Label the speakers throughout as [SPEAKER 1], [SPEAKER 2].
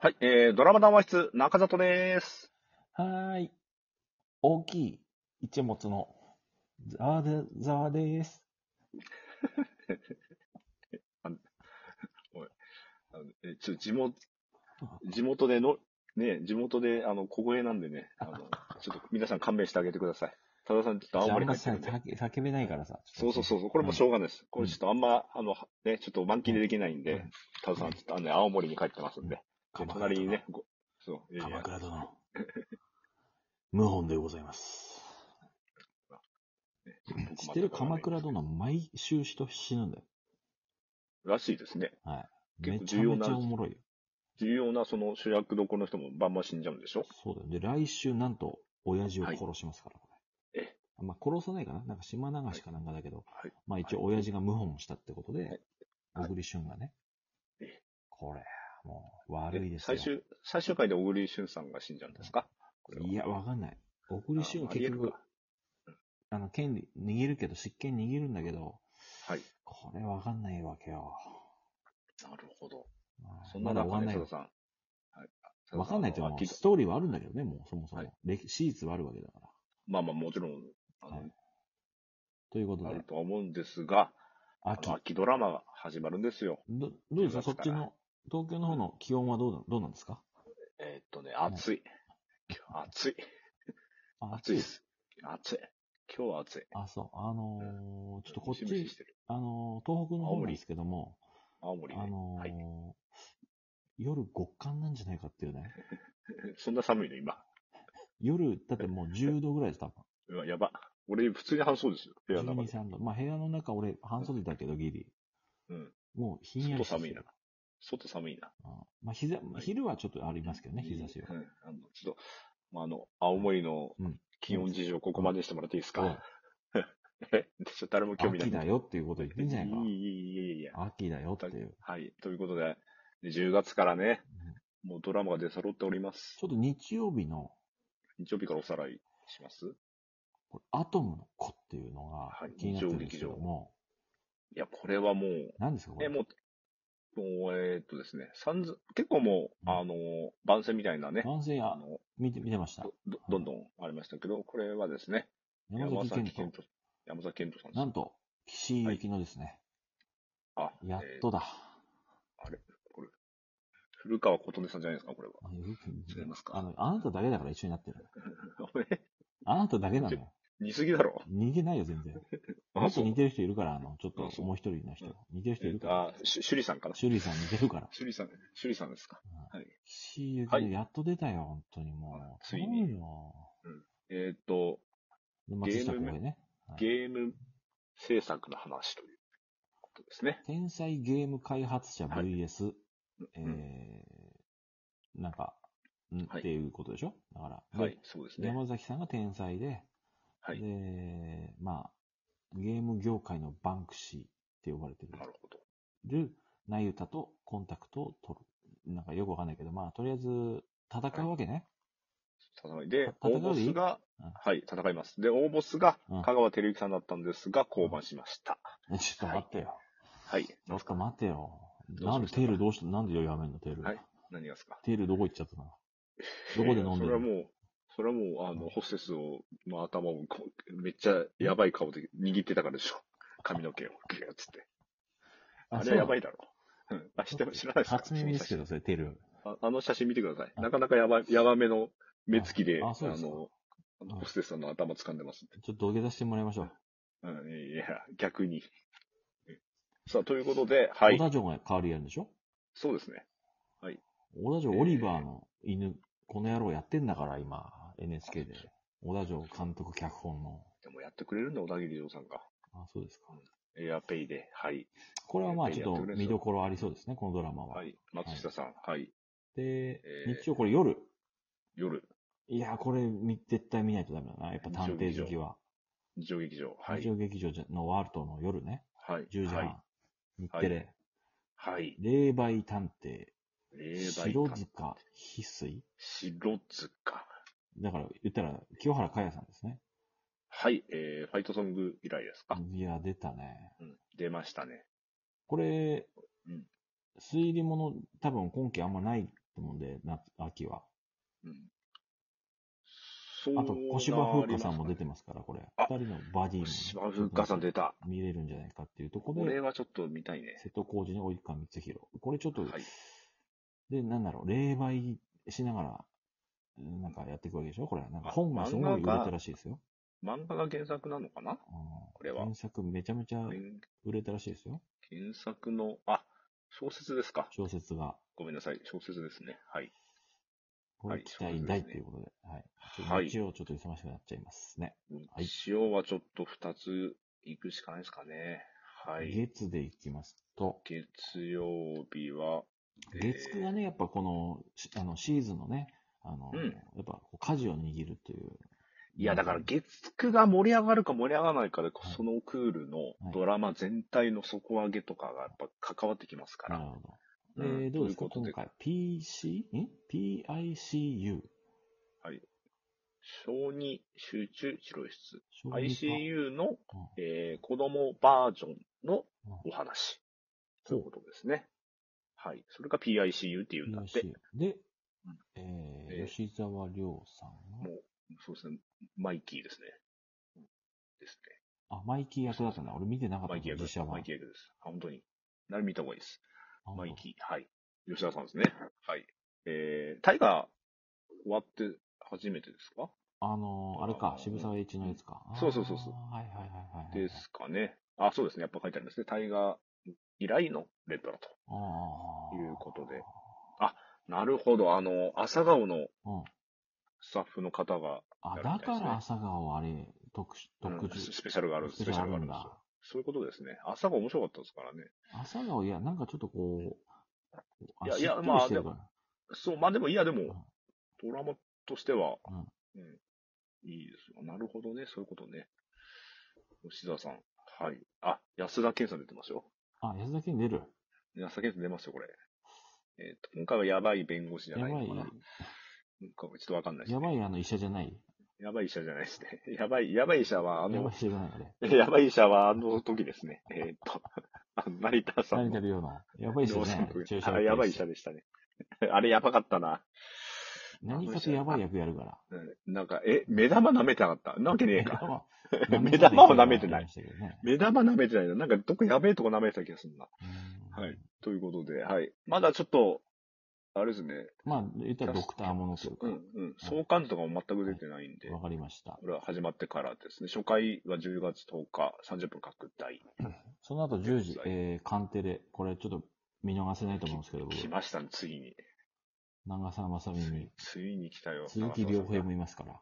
[SPEAKER 1] はい、えー、ドラマ談話室、中里です。
[SPEAKER 2] はーい。大きい一物のざわで、ざわです。
[SPEAKER 1] あのえちょ地元、地元での、ね、地元で、あの、小声なんでね、あの、ちょっと皆さん勘弁してあげてください。多田さん、ちょっと青
[SPEAKER 2] じゃああん
[SPEAKER 1] 森
[SPEAKER 2] ま
[SPEAKER 1] 入
[SPEAKER 2] り
[SPEAKER 1] って
[SPEAKER 2] さ
[SPEAKER 1] るんで。
[SPEAKER 2] 叫叫べないからさ。。
[SPEAKER 1] そうそうそううそう、これもしょうがないです。これちょっとあんま、あの、ね、ちょっと満喫できないん
[SPEAKER 2] う
[SPEAKER 1] で
[SPEAKER 2] ん、
[SPEAKER 1] 多田さん、ちょっとあのね、青森に帰ってますんで、で
[SPEAKER 2] 鎌倉
[SPEAKER 1] 隣に
[SPEAKER 2] 殿。
[SPEAKER 1] ね、ごそう、いやいや
[SPEAKER 2] 鎌倉殿。無本でございます。 知ってる鎌倉殿、毎週人死ぬんだよ。
[SPEAKER 1] らしいですね。
[SPEAKER 2] はい。
[SPEAKER 1] 結
[SPEAKER 2] め
[SPEAKER 1] 構
[SPEAKER 2] ちゃ
[SPEAKER 1] 重要
[SPEAKER 2] め
[SPEAKER 1] な
[SPEAKER 2] ちゃおもろいよ。
[SPEAKER 1] 重要なその主役どころの人もバンバン死んじゃうんでしょ
[SPEAKER 2] そうだよ。で、来週、なんと、親父を
[SPEAKER 1] はい
[SPEAKER 2] 殺しますから、これ。
[SPEAKER 1] え
[SPEAKER 2] まあ、殺さないかななんか島流しかなんかだけど、
[SPEAKER 1] はい
[SPEAKER 2] まあ一応親父が謀反したってことで、
[SPEAKER 1] はい
[SPEAKER 2] 小栗旬がね
[SPEAKER 1] え、
[SPEAKER 2] これ、もう、悪いですよ。
[SPEAKER 1] 最終、最終回で小栗旬さんが死んじゃうんですかこれはい
[SPEAKER 2] や、わかんない。小栗旬は結
[SPEAKER 1] あありえる
[SPEAKER 2] 局
[SPEAKER 1] か、
[SPEAKER 2] あの、権利握るけど、執権握るんだけど、
[SPEAKER 1] はい。
[SPEAKER 2] これわかんないわけよ。
[SPEAKER 1] なるほど。
[SPEAKER 2] まあ
[SPEAKER 1] そん
[SPEAKER 2] ま
[SPEAKER 1] な
[SPEAKER 2] だ終
[SPEAKER 1] 中
[SPEAKER 2] わん
[SPEAKER 1] で、
[SPEAKER 2] ない
[SPEAKER 1] 佐
[SPEAKER 2] よ
[SPEAKER 1] 藤。さん。はい佐藤さ
[SPEAKER 2] わかんないっていうか
[SPEAKER 1] あ
[SPEAKER 2] も
[SPEAKER 1] の
[SPEAKER 2] う
[SPEAKER 1] 秋田
[SPEAKER 2] ストーリーはあるんだけどね、もうそもそ
[SPEAKER 1] はい
[SPEAKER 2] も。歴史実はあるわけだから。
[SPEAKER 1] まあまあもちろん、あの
[SPEAKER 2] はいということ
[SPEAKER 1] あ
[SPEAKER 2] で
[SPEAKER 1] る、とは思うんですが、あ
[SPEAKER 2] 秋
[SPEAKER 1] の。秋ドラマが始まるんですよ。
[SPEAKER 2] どどうですか
[SPEAKER 1] 10
[SPEAKER 2] そっちの、東京の方の気温はどうなどうなんですか
[SPEAKER 1] えーっとね、暑い。今日暑 い。
[SPEAKER 2] あ
[SPEAKER 1] 暑いで。す。暑い。今日は暑い。
[SPEAKER 2] あ、そう。あのーちょっとこ
[SPEAKER 1] ム
[SPEAKER 2] っ
[SPEAKER 1] シムシ
[SPEAKER 2] ち
[SPEAKER 1] し、てる。
[SPEAKER 2] あのー東北の
[SPEAKER 1] 青
[SPEAKER 2] 方なん
[SPEAKER 1] 森
[SPEAKER 2] ですけども、
[SPEAKER 1] 青森、ね
[SPEAKER 2] あのー
[SPEAKER 1] はい
[SPEAKER 2] 夜極寒なんじゃないかっていうね。
[SPEAKER 1] そんな寒いの今。
[SPEAKER 2] 夜、だっ てもう10度ぐらいです、多
[SPEAKER 1] うわ、やば。俺、普通に半袖ですよ。部屋
[SPEAKER 2] 分。
[SPEAKER 1] の中
[SPEAKER 2] 12、
[SPEAKER 1] で。
[SPEAKER 2] 3度。まあ部屋の中俺、半袖だけどギリ。
[SPEAKER 1] うん。
[SPEAKER 2] もうひんやりして
[SPEAKER 1] 外寒いな外寒いな。
[SPEAKER 2] あまあ膝、
[SPEAKER 1] はい
[SPEAKER 2] 昼はちょっとありますけどね、日差しは
[SPEAKER 1] う。んあの、ちょっと、まあ、あの、青森の
[SPEAKER 2] うん
[SPEAKER 1] 気温事情、ここまでにしてもらっていいです
[SPEAKER 2] お
[SPEAKER 1] か、え ちょっと誰も興
[SPEAKER 2] い
[SPEAKER 1] 味ない。
[SPEAKER 2] 秋だよっていうこと言ってんじゃないか
[SPEAKER 1] い。い、いい、いい、いいや。
[SPEAKER 2] 秋だよっていう。
[SPEAKER 1] はい。ということで、で10月からね、もうドラマが出揃っております
[SPEAKER 2] ち。ょっと日曜日の、
[SPEAKER 1] 日曜日からおさらいします
[SPEAKER 2] これアトムの子っていうのが
[SPEAKER 1] はい
[SPEAKER 2] 気になってるんですけども、
[SPEAKER 1] いや、これはもう、
[SPEAKER 2] 何ですかこれ
[SPEAKER 1] え、もう、もうえーっとですね、さんず結構もう、あの、番宣みたいなね、
[SPEAKER 2] 男性
[SPEAKER 1] あ
[SPEAKER 2] や、
[SPEAKER 1] の、
[SPEAKER 2] 見て、見てました
[SPEAKER 1] ど。どどんどんありましたけど、これはですね、
[SPEAKER 2] 山崎
[SPEAKER 1] 健
[SPEAKER 2] 健人。
[SPEAKER 1] 人、山崎健人さんです
[SPEAKER 2] なんと、岸井ゆきのですね、
[SPEAKER 1] あ、
[SPEAKER 2] やっ
[SPEAKER 1] えー
[SPEAKER 2] とだ。
[SPEAKER 1] 古川琴音さんじゃないですか、これは。
[SPEAKER 2] あ
[SPEAKER 1] 違いますか
[SPEAKER 2] あの、あなただけだから一緒になってる。
[SPEAKER 1] 俺、
[SPEAKER 2] あなただけな のよ。
[SPEAKER 1] 似すぎだろ。
[SPEAKER 2] 似てないよ、全然。も
[SPEAKER 1] あ、
[SPEAKER 2] っと
[SPEAKER 1] そう。
[SPEAKER 2] 似てる人いるから、あの、ちょっ
[SPEAKER 1] あそ
[SPEAKER 2] と
[SPEAKER 1] う
[SPEAKER 2] もう一人の人。似てる人いるから。
[SPEAKER 1] あ、しゅりさんかな。し
[SPEAKER 2] シュリーさん似てる から。
[SPEAKER 1] ゅりさん、しゅりさんですか。
[SPEAKER 2] 岸井ゆき
[SPEAKER 1] は
[SPEAKER 2] の
[SPEAKER 1] い
[SPEAKER 2] やっと出たよ、本当にもう。
[SPEAKER 1] ついに
[SPEAKER 2] すごよ。
[SPEAKER 1] えーっと、
[SPEAKER 2] で松下光ね。はい
[SPEAKER 1] ゲーム制作の話ということですね。
[SPEAKER 2] 天才ゲーム開発者
[SPEAKER 1] はい
[SPEAKER 2] VS、え
[SPEAKER 1] うん
[SPEAKER 2] ー、なんか、んっ
[SPEAKER 1] はい
[SPEAKER 2] ていうことでしょだから、
[SPEAKER 1] は
[SPEAKER 2] で
[SPEAKER 1] い、そうですね。
[SPEAKER 2] 山崎さんが天才で、
[SPEAKER 1] はい
[SPEAKER 2] で、まあ、ゲーム業界のバンクシーって呼ばれて
[SPEAKER 1] なるほど。
[SPEAKER 2] る、ナユタとコンタクトを取る。なんかよくわかんないけど、まあ、とりあえず、戦うわけね。
[SPEAKER 1] 戦いで、
[SPEAKER 2] 戦い
[SPEAKER 1] 大ボスが
[SPEAKER 2] うん、
[SPEAKER 1] はい、戦います。で、大ボスが
[SPEAKER 2] うん
[SPEAKER 1] 香川照之さんだったんですが、降板しました。
[SPEAKER 2] ちょっと待ってよ。
[SPEAKER 1] はい。
[SPEAKER 2] ちょっと待ってよ。
[SPEAKER 1] どうしましたか
[SPEAKER 2] なんでテールどうしたなんでやめんのテール。
[SPEAKER 1] はい何がですか
[SPEAKER 2] テールどこ行っちゃったのどこで飲んで
[SPEAKER 1] いやそれ
[SPEAKER 2] る
[SPEAKER 1] は
[SPEAKER 2] の
[SPEAKER 1] もう、それはもう、あの、ホステスを、の頭をこう、めっちゃやばい顔で握ってたからでしょ。髪の毛を、ギューッつって。あれはやばい
[SPEAKER 2] い。
[SPEAKER 1] だろ。うん。あ、知って知らないですか
[SPEAKER 2] 初耳ですけど、それテール。
[SPEAKER 1] ああの写真見てください。なかなかやばい、やばめの目つきで、あ
[SPEAKER 2] ああそうですか
[SPEAKER 1] の、あの
[SPEAKER 2] うん
[SPEAKER 1] ホステスさんの頭掴んでますんで。
[SPEAKER 2] ちょっと土下座してもらいましょう。
[SPEAKER 1] うん、いや、逆に。さあ、ということで、はい
[SPEAKER 2] 小。田城が代わりやるんでしょ
[SPEAKER 1] そうですね。
[SPEAKER 2] 小田城、
[SPEAKER 1] えー
[SPEAKER 2] オリバーの犬、この野郎やってんだから、今、NHK で。小田城監督脚本の。
[SPEAKER 1] でもやってくれるんだ、小田切城さんが。
[SPEAKER 2] あ、そうですか。
[SPEAKER 1] エアペイで、はい。
[SPEAKER 2] これはまあ、
[SPEAKER 1] えー
[SPEAKER 2] ちょっと見どころありそうですね、このドラマは。
[SPEAKER 1] はい。松下さん、はい。
[SPEAKER 2] で
[SPEAKER 1] え、ー
[SPEAKER 2] 日曜これ夜。
[SPEAKER 1] 夜、
[SPEAKER 2] いや、これみ絶対見ないとダメだな。やっぱ探偵好きは。
[SPEAKER 1] 日曜劇場、は
[SPEAKER 2] 日
[SPEAKER 1] い。
[SPEAKER 2] 曜劇場じゃのワールドの夜ね。
[SPEAKER 1] はい。
[SPEAKER 2] 10時半。
[SPEAKER 1] はい。
[SPEAKER 2] 日テレ。
[SPEAKER 1] はい。
[SPEAKER 2] 霊媒探偵。
[SPEAKER 1] 霊媒
[SPEAKER 2] 白
[SPEAKER 1] 探
[SPEAKER 2] 塚翡翠
[SPEAKER 1] 白塚。
[SPEAKER 2] だから言ったら、清原かやさんですね。
[SPEAKER 1] はい。えー、ファイトソング以来ですか。
[SPEAKER 2] いや、出たね。
[SPEAKER 1] うん。出ましたね。
[SPEAKER 2] これ、
[SPEAKER 1] うん
[SPEAKER 2] 推理物多分今期あんまない思うんで、夏、秋は。
[SPEAKER 1] うん。そう
[SPEAKER 2] あと、小芝風花さんも出て
[SPEAKER 1] ま
[SPEAKER 2] ますから、これ。
[SPEAKER 1] あ
[SPEAKER 2] 二人のバディも、
[SPEAKER 1] 小芝風花さん出た。
[SPEAKER 2] 見れるんじゃないかっていうとこ
[SPEAKER 1] こ
[SPEAKER 2] ろ
[SPEAKER 1] れ
[SPEAKER 2] で、
[SPEAKER 1] はちょっと見たいね。
[SPEAKER 2] 瀬戸康史に及川光弘。これちょっと、
[SPEAKER 1] はい。
[SPEAKER 2] で、なんだろう、霊媒しながら、うんなんかやっていくわけでしょこれ。なんか
[SPEAKER 1] あ
[SPEAKER 2] 本がすごい売
[SPEAKER 1] 漫画
[SPEAKER 2] れ
[SPEAKER 1] が
[SPEAKER 2] たらしいですよ。
[SPEAKER 1] 漫画が原作なのかなこ
[SPEAKER 2] こ
[SPEAKER 1] れは
[SPEAKER 2] 原作めちゃめちゃ
[SPEAKER 1] 原
[SPEAKER 2] 売れたらしいですよ。
[SPEAKER 1] 原作の、あ、小説ですか。
[SPEAKER 2] 小説が。
[SPEAKER 1] ごめんなさい。小説ですね。はい。
[SPEAKER 2] これ
[SPEAKER 1] はい
[SPEAKER 2] 期待大っていうことで。はい。ちょっと
[SPEAKER 1] はい
[SPEAKER 2] 日曜ちょっと忙しくなっちゃいますね。い
[SPEAKER 1] 日曜はちょっと2つ行くしかないですかね。はい。
[SPEAKER 2] 月でいきますと、
[SPEAKER 1] 月曜日は、えー
[SPEAKER 2] 月9がね、やっぱこの、しあの、シーズンのね、あの、
[SPEAKER 1] うん
[SPEAKER 2] やっぱこう、舵を握るという。
[SPEAKER 1] いや、だから月9が盛り上がるか盛り上がらないかで、
[SPEAKER 2] はい
[SPEAKER 1] そのクールのドラマ全体の底上げとかがやっぱ関わってきますから。
[SPEAKER 2] なるほど。え
[SPEAKER 1] ん
[SPEAKER 2] ーどうですか
[SPEAKER 1] といこと
[SPEAKER 2] 今回、PC? ん ?PICU。
[SPEAKER 1] 小児集中治療室、
[SPEAKER 2] 小児科
[SPEAKER 1] ICU の、
[SPEAKER 2] うん
[SPEAKER 1] えー子供バージョンのお話、ということですね。はい。それが PICU っていうんだって。
[SPEAKER 2] PICU。で
[SPEAKER 1] うん、
[SPEAKER 2] え
[SPEAKER 1] えー
[SPEAKER 2] ー、吉沢亮さんが
[SPEAKER 1] も、う、そうですね。マイキーですね。ですね。
[SPEAKER 2] あ、マイキー役だったんだ。俺見てなかった
[SPEAKER 1] マ
[SPEAKER 2] の
[SPEAKER 1] イキー役
[SPEAKER 2] 実
[SPEAKER 1] です。
[SPEAKER 2] 写版。
[SPEAKER 1] マイキー役です。あ本当に。なる見た方がいいです。
[SPEAKER 2] あ
[SPEAKER 1] マイキー。はい。吉田さんですね。はい。えー、タイガー終わって初めてですか
[SPEAKER 2] あのー、あれか、渋沢栄一のやつか。あー
[SPEAKER 1] そうそうそうそう
[SPEAKER 2] はいはいはいはい。
[SPEAKER 1] で。すかね。あ、そうですね。やっぱ書いてありますね。タイガー以来のレッドだと。
[SPEAKER 2] ああ。
[SPEAKER 1] いうことで。なるほど。あの、朝顔の
[SPEAKER 2] うん。
[SPEAKER 1] スタッフの方が、
[SPEAKER 2] あ、
[SPEAKER 1] やるみたいで
[SPEAKER 2] だ
[SPEAKER 1] すね
[SPEAKER 2] から朝顔あれ、特殊、
[SPEAKER 1] う
[SPEAKER 2] 特
[SPEAKER 1] ん
[SPEAKER 2] 殊、
[SPEAKER 1] スペシャルがある、
[SPEAKER 2] ス
[SPEAKER 1] ス
[SPEAKER 2] ペ
[SPEAKER 1] ペ
[SPEAKER 2] シ
[SPEAKER 1] シ
[SPEAKER 2] ャ
[SPEAKER 1] ャ
[SPEAKER 2] ル
[SPEAKER 1] ル
[SPEAKER 2] が
[SPEAKER 1] が
[SPEAKER 2] あ
[SPEAKER 1] あ
[SPEAKER 2] る
[SPEAKER 1] る
[SPEAKER 2] ん
[SPEAKER 1] んですよ。。そう
[SPEAKER 2] だ
[SPEAKER 1] いうことですね。朝顔面白かったですからね。
[SPEAKER 2] 朝顔、いや、なんかちょっとこう、あ
[SPEAKER 1] いや
[SPEAKER 2] しっとり
[SPEAKER 1] いやまあ
[SPEAKER 2] してるから
[SPEAKER 1] そう、まあでも、いや、で
[SPEAKER 2] うん
[SPEAKER 1] も、ドラマとしては、
[SPEAKER 2] う
[SPEAKER 1] うん、いいですよ。なるほどね、そういうことね。吉沢さん。はい。あ、安田健さん出てますよ。
[SPEAKER 2] あ、安田健出る。
[SPEAKER 1] 安田健さん出ますよ、これ。えっ、と、今回はやばい弁護士じゃ
[SPEAKER 2] や
[SPEAKER 1] な
[SPEAKER 2] ば
[SPEAKER 1] いの
[SPEAKER 2] い
[SPEAKER 1] かな。、今回はちょっとわかんないです
[SPEAKER 2] や
[SPEAKER 1] ね。
[SPEAKER 2] ばいあの医者じゃない。
[SPEAKER 1] やばい医者じゃないですね。 やばい、やばい医者は、あ
[SPEAKER 2] やばい
[SPEAKER 1] の
[SPEAKER 2] 医、者じゃない、あ れ。
[SPEAKER 1] やばい医者は、あの時ですね。えっと、 あの成田さん
[SPEAKER 2] 成
[SPEAKER 1] の
[SPEAKER 2] 田凌の。やばい医者じゃない。注射打った
[SPEAKER 1] あ
[SPEAKER 2] りして
[SPEAKER 1] やばい医者でしたね。 あれやばかったな。
[SPEAKER 2] 何かとやばい役やるから。
[SPEAKER 1] うんなんか、え、目玉舐めてなかったなわけねえ か。
[SPEAKER 2] 目 玉
[SPEAKER 1] 目玉を舐めてない。
[SPEAKER 2] は
[SPEAKER 1] 目玉舐めてないな。なんかどっかやべえとこ舐めてた気がするな。はい。ということで、はい。まだちょっと、あれですね。
[SPEAKER 2] まあ、言ったらドクターものという
[SPEAKER 1] う
[SPEAKER 2] か
[SPEAKER 1] ん、うん。相関図とかも全く出てないんで、
[SPEAKER 2] わかりました。
[SPEAKER 1] これは始まってからですね。初回は10月10日、30分拡大。
[SPEAKER 2] その後10時
[SPEAKER 1] は、い
[SPEAKER 2] えー、カンテレ、これちょっと見逃せないと思うんですけど、僕、
[SPEAKER 1] 来ましたね、ついに。
[SPEAKER 2] 長澤まさみに、
[SPEAKER 1] ついに来たよ。
[SPEAKER 2] 鈴木亮平もいますから、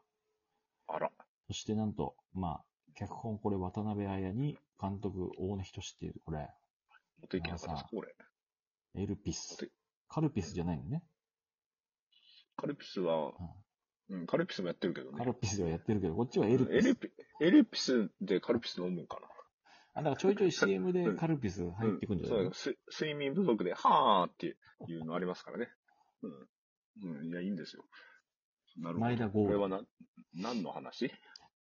[SPEAKER 1] あら、
[SPEAKER 2] そしてなんと、まあ、脚本これ渡辺彩に、監督大根仁志っていう、これ、
[SPEAKER 1] 持っていけなかったですか、これ。
[SPEAKER 2] エルピ
[SPEAKER 1] モ
[SPEAKER 2] ス
[SPEAKER 1] テ。
[SPEAKER 2] カルピスじゃないのね。
[SPEAKER 1] カルピスは、うん、カルピスもやってるけどね
[SPEAKER 2] カ。ルピスはやってるけど、こっちはエル
[SPEAKER 1] エ
[SPEAKER 2] ピ
[SPEAKER 1] ル
[SPEAKER 2] ス。
[SPEAKER 1] ピエルピスでカルピス飲むんかな。
[SPEAKER 2] あ、だからちょいちょい CM でカルピス入ってくんじゃない
[SPEAKER 1] うんそうす睡眠不足で、はーっていうのありますからね。うん。うん、いや、いいんですよ。なるほど。
[SPEAKER 2] 前田ゴー
[SPEAKER 1] こ
[SPEAKER 2] ル
[SPEAKER 1] れ
[SPEAKER 2] ド
[SPEAKER 1] はな、何の話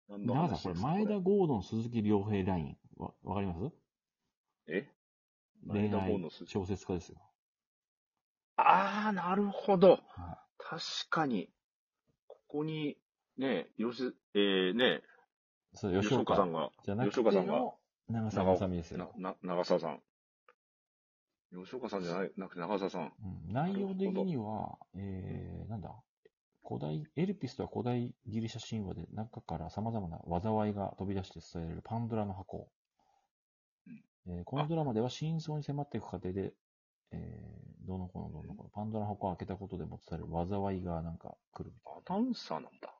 [SPEAKER 1] 何の
[SPEAKER 2] 長
[SPEAKER 1] 話
[SPEAKER 2] さ
[SPEAKER 1] で
[SPEAKER 2] ん、
[SPEAKER 1] す
[SPEAKER 2] こ
[SPEAKER 1] か
[SPEAKER 2] れ、前田ゴードン、鈴木亮平ライン。わ、わかります
[SPEAKER 1] え前
[SPEAKER 2] 恋
[SPEAKER 1] 田
[SPEAKER 2] 愛
[SPEAKER 1] ゴードン鈴木
[SPEAKER 2] 小説家ですよ。
[SPEAKER 1] あー、なるほど
[SPEAKER 2] は。
[SPEAKER 1] 確かに。ここに、ね、吉、えー、ね、
[SPEAKER 2] そう、吉
[SPEAKER 1] 吉岡
[SPEAKER 2] 岡
[SPEAKER 1] さんが、
[SPEAKER 2] じゃなくて
[SPEAKER 1] 吉岡さんが
[SPEAKER 2] の長澤まさみです
[SPEAKER 1] な
[SPEAKER 2] よ。、
[SPEAKER 1] な、長澤さん。吉岡さんじゃない、なくて長澤さん。
[SPEAKER 2] うん、内容的には、えー、なんだ、古代、エルピスとは古代ギリシャ神話で中から様々な災いが飛び出して伝えられるパンドラの箱。えーこのドラマでは真相に迫っていく過程で、えー、どうのこうのどうのこうの、パンドラの箱を開けたことでも伝える災いがなんか来るみたい
[SPEAKER 1] アナウンサーなんだ。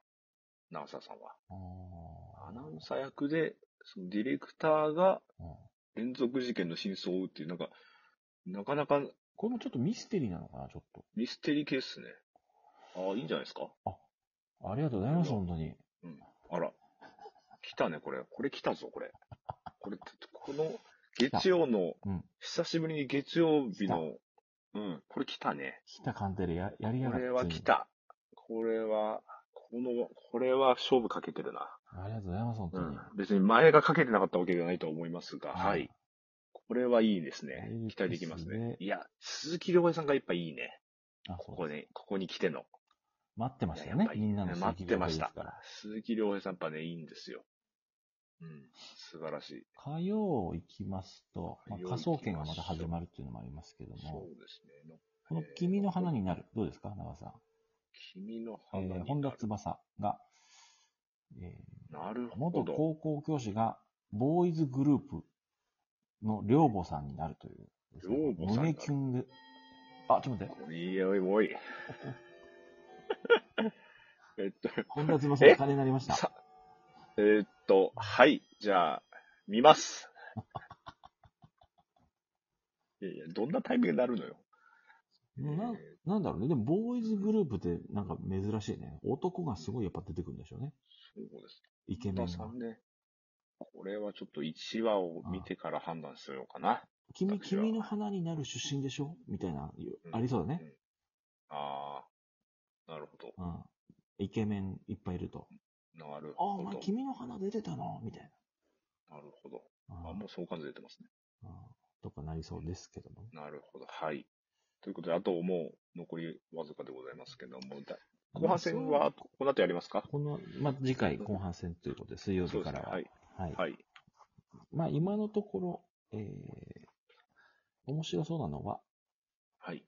[SPEAKER 1] 長澤さんは。
[SPEAKER 2] な。
[SPEAKER 1] アナウンサー役で、そのディレクターが
[SPEAKER 2] あーうん
[SPEAKER 1] 連続事件の真相を追うっていう、なんか、なかなか
[SPEAKER 2] これもちょっとミステリーなのかな、ちょっと。
[SPEAKER 1] ミステリー系っすね。ああ、いいんじゃないですか
[SPEAKER 2] ありがとうございます、本当に。
[SPEAKER 1] あら。来たね、これ。これ来たぞ、これ。これ、この、月曜の、
[SPEAKER 2] うん
[SPEAKER 1] 久しぶりに月曜日の、うん、これ来たね。
[SPEAKER 2] 来た鑑定でややりや
[SPEAKER 1] こ
[SPEAKER 2] がって。
[SPEAKER 1] れは来た。これは、この、これは勝負かけてるな。
[SPEAKER 2] ありがとうございます、本当
[SPEAKER 1] う
[SPEAKER 2] に。
[SPEAKER 1] ん。別に前がかけてなかったわけではないと思いますが、
[SPEAKER 2] はい
[SPEAKER 1] はい。これはいいですね
[SPEAKER 2] エルピ。ス
[SPEAKER 1] 期待できますね
[SPEAKER 2] ね。
[SPEAKER 1] いや、鈴木亮平さんがやっぱいいね。
[SPEAKER 2] あ、
[SPEAKER 1] こ
[SPEAKER 2] そう
[SPEAKER 1] こ
[SPEAKER 2] です。
[SPEAKER 1] に、ここに来ての。
[SPEAKER 2] 待ってましたよ
[SPEAKER 1] や
[SPEAKER 2] ね
[SPEAKER 1] っぱ。り
[SPEAKER 2] みんなの鈴木亮平です
[SPEAKER 1] 待って
[SPEAKER 2] から。
[SPEAKER 1] 鈴木亮平さんやっぱね、いいんですよ。うん。素晴らしい。
[SPEAKER 2] 火曜行きますと、まあ
[SPEAKER 1] 火曜、行きま
[SPEAKER 2] 仮
[SPEAKER 1] しょう
[SPEAKER 2] 想券がまた始まるっていうのもありますけど
[SPEAKER 1] そ
[SPEAKER 2] も、
[SPEAKER 1] うですね。の
[SPEAKER 2] この
[SPEAKER 1] えー
[SPEAKER 2] 君の花になる、どうですか、長さん。
[SPEAKER 1] 君の
[SPEAKER 2] え
[SPEAKER 1] 花にな
[SPEAKER 2] ー
[SPEAKER 1] る
[SPEAKER 2] 本田翼が、え
[SPEAKER 1] なる
[SPEAKER 2] ー
[SPEAKER 1] ほ
[SPEAKER 2] 元
[SPEAKER 1] ど。
[SPEAKER 2] 高校教師がボーイズグループの寮母さんになるという。
[SPEAKER 1] 寮母さんになる
[SPEAKER 2] 胸キュンで。あ、ちょっ と待って。
[SPEAKER 1] いや、おいおい。えっと、
[SPEAKER 2] 本田翼が金になりました。
[SPEAKER 1] さ、えーっと、はい、じゃあ、見ます。 いやいや、どんなタイミングになるのよ。
[SPEAKER 2] な
[SPEAKER 1] えー
[SPEAKER 2] なんだろうね。でも、ボーイズグループってなんか珍しいね。男がすごいやっぱ出てくるんでしょうね。
[SPEAKER 1] そうです。
[SPEAKER 2] イケメ
[SPEAKER 1] 本
[SPEAKER 2] ン
[SPEAKER 1] 田さ
[SPEAKER 2] が
[SPEAKER 1] ん。ね、これはちょっと1話を見てから判断しようかな。
[SPEAKER 2] 君、
[SPEAKER 1] 私は
[SPEAKER 2] 君の花になる出身でしょみたいな、
[SPEAKER 1] うん
[SPEAKER 2] ありそうだね。
[SPEAKER 1] んああ、なるほど。
[SPEAKER 2] うん。イケメンいっぱいいると。
[SPEAKER 1] なる
[SPEAKER 2] あ、お
[SPEAKER 1] ほど。
[SPEAKER 2] 前、君の花出てたのみたい
[SPEAKER 1] なるほど。
[SPEAKER 2] な。
[SPEAKER 1] あ、
[SPEAKER 2] うん
[SPEAKER 1] もう相関図出てますね。
[SPEAKER 2] うんとかなりそうですけども。
[SPEAKER 1] なるほど。はい。ということで、あともう残りわずかでございますけども、だ後半戦
[SPEAKER 2] まあ
[SPEAKER 1] はこの後やりますか
[SPEAKER 2] この、まあ、次回後半戦ということで、水曜日
[SPEAKER 1] そうです
[SPEAKER 2] か
[SPEAKER 1] ね。
[SPEAKER 2] らは。
[SPEAKER 1] はい。
[SPEAKER 2] はい
[SPEAKER 1] はい。
[SPEAKER 2] まあ、今のところ、えー、面白そうなのは、
[SPEAKER 1] はい。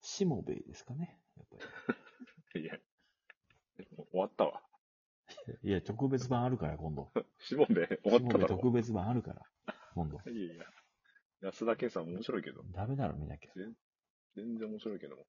[SPEAKER 2] しもべえですかね。やっぱ
[SPEAKER 1] いや、もう終わったわ。
[SPEAKER 2] り。いや、特別版あるから、 今度。
[SPEAKER 1] しもべ、終わ
[SPEAKER 2] し
[SPEAKER 1] っ
[SPEAKER 2] も
[SPEAKER 1] た
[SPEAKER 2] べ
[SPEAKER 1] だろ
[SPEAKER 2] 特別版あるから、今度。
[SPEAKER 1] う。いやいや。安田健さん面白いけど。
[SPEAKER 2] ダメだろ、見なきゃ。
[SPEAKER 1] 全然面白いけども。